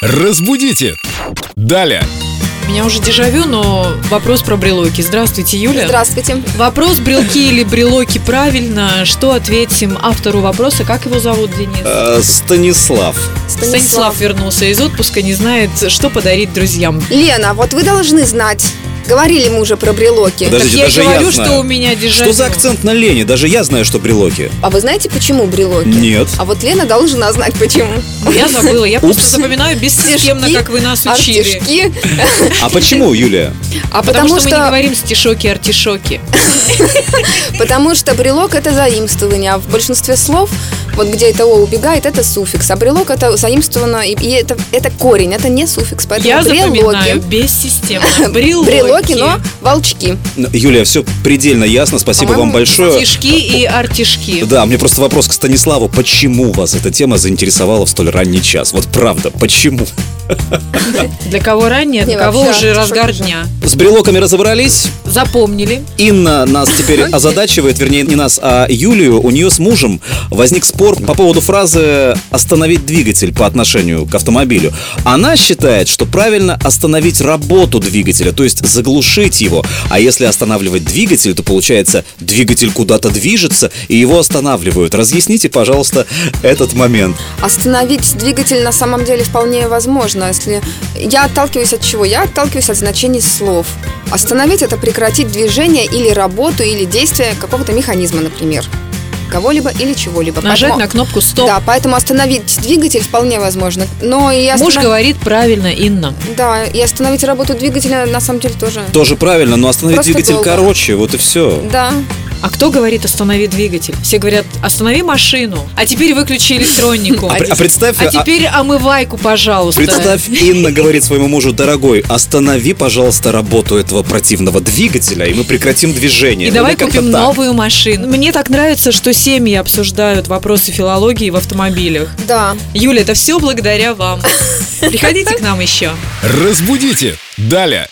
Разбудите! Далее! У меня уже дежавю, но вопрос про брелоки. Здравствуйте, Юля. Здравствуйте. Вопрос, брелки или брелоки правильно, что ответим автору вопроса, как его зовут, Денис? Э, Станислав. Станислав. вернулся из отпуска, не знает, что подарить друзьям. Лена, вот вы должны знать. Говорили мы уже про брелоки. Да. Подождите, так я даже я говорю, знаю. что у меня дежавю. Что за акцент на Лене? Даже я знаю, что брелоки. А вы знаете, почему брелоки? Нет. А вот Лена должна знать, почему. Я забыла, я просто Упс. запоминаю бессистемно, Стишки, как вы нас учили. Артишки. А почему, Юлия? Потому, А потому что, мы не что говорим стишоки, артишоки. потому что брелок это заимствование. А в большинстве слов, вот где это о убегает, это суффикс. А брелок это заимствовано, и, и это, это корень, это не суффикс. Поэтому Я запоминаю брелоки. бессистемно. Брелоки. Брелоки, но волчки. Ну, Юлия, все предельно ясно. Спасибо вам По-моему, большое. Стишки и артишки. Да, мне просто вопрос к Станиславу. Почему вас эта тема заинтересовала в столь ранний час? Вот правда, почему? Для кого ранее, для Не, кого вообще уже разгар артишоки дня. С брелоками разобрались? Запомнили. Инна нас теперь озадачивает, вернее, не нас, а Юлию. У нее с мужем возник спор по поводу фразы «остановить двигатель» по отношению к автомобилю. Она считает, что правильно остановить работу двигателя, то есть заглушить его. А если останавливать двигатель, то получается двигатель куда-то движется, и его останавливают. Разъясните, пожалуйста, этот момент. Остановить двигатель на самом деле вполне возможно, если я отталкиваюсь от чего? Я отталкиваюсь от значений слов. Остановить это прекратить движение или работу или действие какого-то механизма, например, кого-либо или чего-либо. Нажать Поэтому- на кнопку «Стоп». Да, поэтому остановить двигатель вполне возможно. Но и Муж останов- говорит правильно, Инна. Да, и остановить работу двигателя на самом деле тоже. Тоже правильно, но остановить Просто двигатель долго. короче, вот и все. Да. А кто говорит «останови двигатель»? Все говорят «останови машину», а теперь выключи электронику. А, пр- а представь, А а- теперь омывайку, пожалуйста. Представь, Инна говорит своему мужу, дорогой, останови, пожалуйста, работу этого противного двигателя, и мы прекратим движение. И Ну, давай как-то купим так. новую машину. Мне так нравится, что семьи обсуждают вопросы филологии в автомобилях. Да. Юля, это все благодаря вам. Приходите к нам еще. Разбудите! Далее!